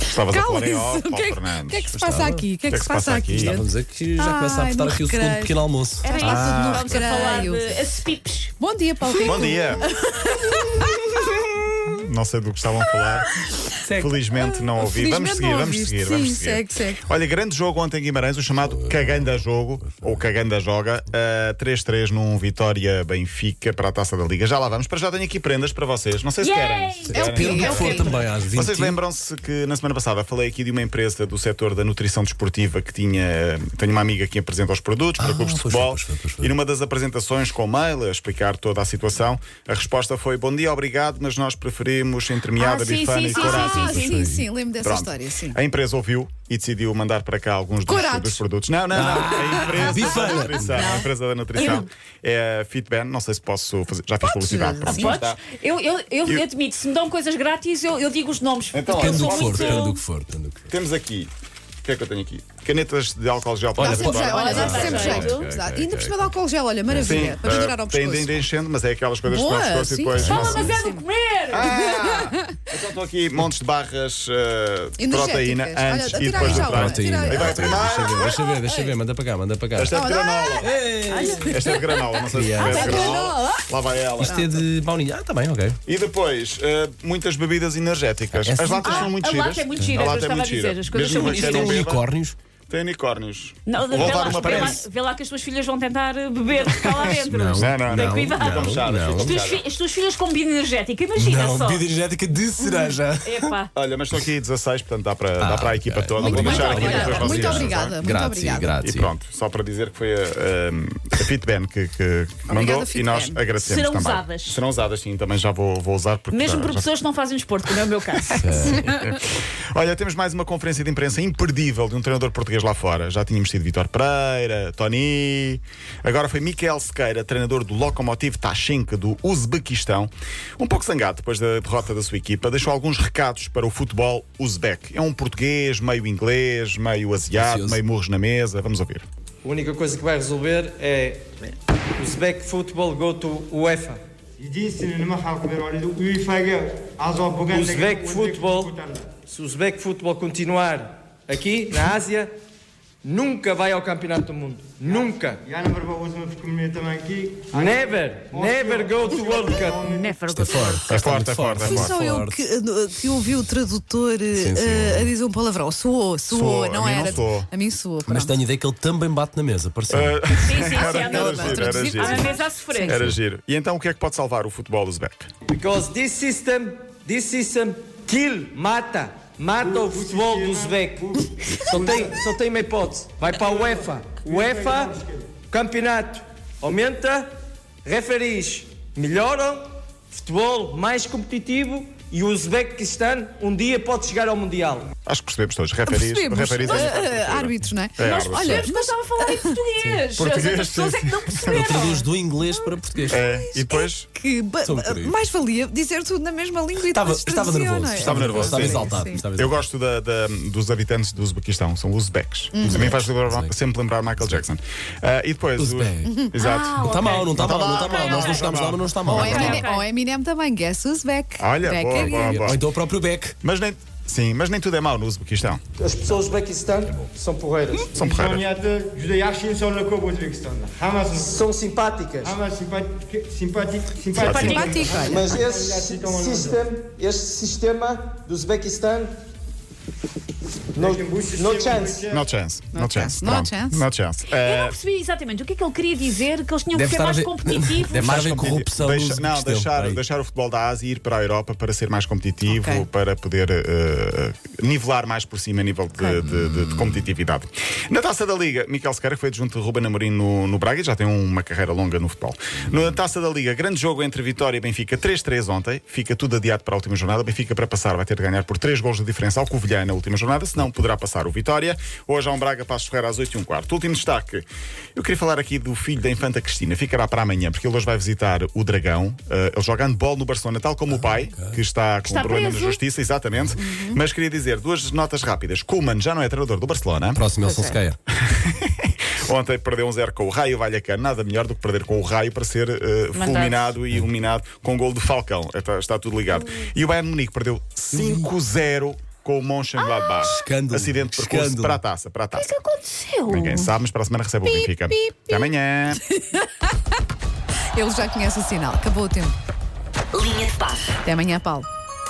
Estavas a falar em Cala-se! off, O que é- ó, Fernandes. o que é que se passa aqui? O que é que se passa aqui? Estávamos aqui já começa a Ai, apertar no aqui o segundo recreio. pequeno almoço. Era isso, Ah. vamos a falar Creio. de acipipes. Bom dia, Paulo Rico. Bom dia. Não sei do que estavam a falar. Felizmente não ouvi. Felizmente vamos seguir, não vamos ouviste. seguir, Sim, vamos seguir. segue, segue. Olha, grande jogo ontem em Guimarães, o chamado Caganda Jogo, ou Caganda Joga, eh, 3-3 num Vitória Benfica para a Taça da Liga. Já lá vamos, para já tenho aqui prendas para vocês. Não sei se Yay! querem. Se É o querem. Depende do É que o for quê? também, às 20. Vocês lembram-se que na semana passada falei aqui de uma empresa do setor da nutrição desportiva que tinha. Tenho uma amiga que apresenta os produtos para Ah, clubes de pois foi, futebol. pois foi, pois foi. E numa das apresentações com mail a explicar toda a situação, a resposta foi: Bom dia, obrigado, mas nós preferimos entremeada, Ah, sim, bifana sim, e sim, coragem. Ah, sim, sim, sim, lembro dessa Pronto. história, sim. A empresa ouviu e decidiu mandar para cá alguns dos, Corados. dos produtos. Não, não, não. A empresa da Ah, Bifana. nutrição. A empresa da nutrição. É a Fitben. Não sei se posso fazer. Já fiz publicidade. Pronto, já Podes? está. Eu, eu, eu, Eu- admito, se me dão coisas grátis, eu, eu digo os nomes. Então, porque eu Depende do sou que for, muito- depende do que for. depende do que for. Temos aqui. O que é que eu tenho aqui? Canetas de álcool gel para Dá Olha, sempre pode- jeito, olha, dá pode- sempre pode- jeito. ok, Exato. ok, Ainda por ok, cima de álcool gel, olha, maravilha. para eh, pendurar ao tem de ir pescoço. enchendo, mas é aquelas coisas Boa, que estão pescoço sim. e depois. Fala, Fala, mas é Sim. do comer! Ah! Então estou aqui montes de barras eh, de Energéticas. proteína Olha, antes atira e depois aí do já treino. uma. Tá Tira aí. Aí vai Deixa primeiro. ver, deixa ver, deixa ver, manda para cá, manda para cá. Esta é de Olha. granola. Esta é de granola, não sei se Criança. parece granola. Lá vai ela. Ah, tá Isto é de baunilha. Ah, também, ok. E depois, eh, muitas bebidas energéticas. É As assim? latas Ah, são muito a giras. lata é muito gira, A eu lata é estava muito a dizer, gira. as coisas Mesmo são que Isto muito não tem beba, unicórnios. Tem unicórnios. Não, Vou vê, levar lá, uma vê, lá, prenda. vê lá que as tuas filhas vão tentar beber o que está lá dentro. Não, Não, não, não, não. não. Cuidado. Ficam fechadas, não. ficam As tuas, fechadas. fi- as tuas filhas com bebida energética, imagina só. bebida energética Uhum. de cereja. É pá. Olha, mas estão aqui 16, portanto dá para, dá para a equipa Ah. ok. toda. Muito Vou deixar aqui obrigada. para vocês. tá Muito obrigada. Muito Grátis, obrigada. E grátis. pronto, só para dizer que foi a, a, a Fitben que, que que mandou Fitben. e nós agradecemos Serão também. usadas. Serão usadas, sim, também já vou, vou usar. Porque Mesmo já- por já- pessoas que não fazem desporto, como é o meu caso. Eh, Olha, temos mais uma conferência de imprensa imperdível de um treinador português lá fora. Já tínhamos tido Vitor Pereira, Tony. Agora foi Mikel Sequeira, treinador do Lokomotiv Tashkent do Uzbequistão. Um pouco zangado depois da derrota da sua equipa, deixou alguns recados para o futebol uzbek. É um português, meio inglês, meio asiático, Ansioso. meio murros na mesa. Vamos ouvir. A única coisa que vai resolver é Uzbek Football Go to UEFA. Единственный nima xalq bera oladi UEFAga a'zo bo'lgan Uzbek Football, se o Uzbek Football continuar aqui na Ásia, nunca vai ao Campeonato do Mundo. Nunca. Yana bir bor o'zimni fikrimni aytamanki, Never, never go to World Cup. Never É forte. É está forte, muito é forte, é Fui forte. só eu que, eh, que ouvi o tradutor eh, Sim, sim. eh, a dizer um palavrão. Soou, soou, Soou, não a mim não era. soou. A mim soou. Mas pronto. tenho ideia que ele também bate na mesa, pareceu. Eh, Sim, é sim, sim, há Era- era giro, era uma- giro. É há uma mesa à sofrer. Era giro. E então o que é que pode salvar o futebol uzbek? Because this system, this system kill, mata. Mata o futebol do Uzbek. Só tem, só tem uma hipótese. Vai para a UEFA. UEFA, campeonato. Aumenta, referis. Melhoram, futebol mais competitivo e o Uzbequistão um dia pode chegar ao Mundial. Acho que percebemos todos. Referis, Percebemos. referis Eh, eh, árbitros, não é? Nós É, árbitros. percebemos, mas estava a falar em português. As Português, outras pessoas é que não Ele perceberam. traduz do inglês para português. É, e depois. um Que ba- São queridos. mais valia dizer tudo na mesma língua e Estava, depois estava traduzia, nervoso. não é? Estava nervoso, Estava sim. exaltado. Sim. estava Eu exaltado. gosto da- da- dos habitantes do Uzbequistão, são uzbeques. Uhum. Também faz lembrar, sempre lembrar Michael Jackson. Ah, e depois. o- Uzbek. Ah, Exato. Não está mal, não está Não mal, tá não mal, está mal. ok, Nós ok. não chegámos lá, mas não está mal. Ou não está mal. Eminem, ou Eminem também, guess who's back. Olha, back boa, again. boa, boa. Ou então o próprio Beck. Mas nem. Sim, mas nem tudo é mau no Uzbequistão. As pessoas do Uzbequistão são porreiras. São porreiras. insoniyati juda yaxshi insonlar ko'p O'zbekistonda. Hammasini São simpáticas. hammasi simpatik, simpatik, Simpatik. simpatik. Simpático, olha. Mas esse sistema, este sistema do Uzbequistão, no, no chance. No chance. No No chance. é. chance, no Pronto. chance. No chance. Eu não Ah, percebi exatamente o que é que ele queria dizer, que eles tinham que ser mais competitivos. deve estar a ver competi- corrupção deixa- no não, Uzbequistão. deixar, Aí. deixar o futebol da Ásia ir para a Europa para ser mais competitivo, Ok. para poder eh, nivelar mais por cima a nível de, de- de- de competitividade. Na taça da Liga, Miquel Sequeira foi adjunto de Ruben Amorim no, no Braga e já tem uma carreira longa no futebol. Na taça da Liga, grande jogo entre Vitória e Benfica, 3-3 ontem, fica tudo adiado para a última jornada. Benfica para passar vai ter de ganhar por 3 gols de diferença ao Covilhã na última jornada, senão poderá passar o Vitória. Hoje há um Braga para Ferreira às 8 h quarto. Último destaque. Eu queria falar aqui do filho da Infanta Cristina. Ficará para amanhã, porque ele hoje vai visitar o Dragão. Eh, ele joga handball no Barcelona, tal como o pai, que está com está um problema na preso. Uhum. justiça, exatamente. Mas queria dizer duas notas rápidas. Kuman já não é treinador do Barcelona. Próximo, Elson Sequeira. Ontem perdeu um zero com o Raio Vallecano. Nada melhor do que perder com o Raio para ser eh, fulminado e É tá, iluminado com o gol de Falcão. Está, está tudo ligado. E o Bayern de Munique perdeu 5-0 com o Mönchengladbach. Ah! escândalo, Acidente de percurso escândalo. para a taça, para a O que é taça. que aconteceu? Ninguém sabe, mas para a semana recebe o Benfica. pip, pip. Até amanhã. Ele já conhece o sinal. Acabou o tempo. Linha de passe. Até amanhã, Paulo.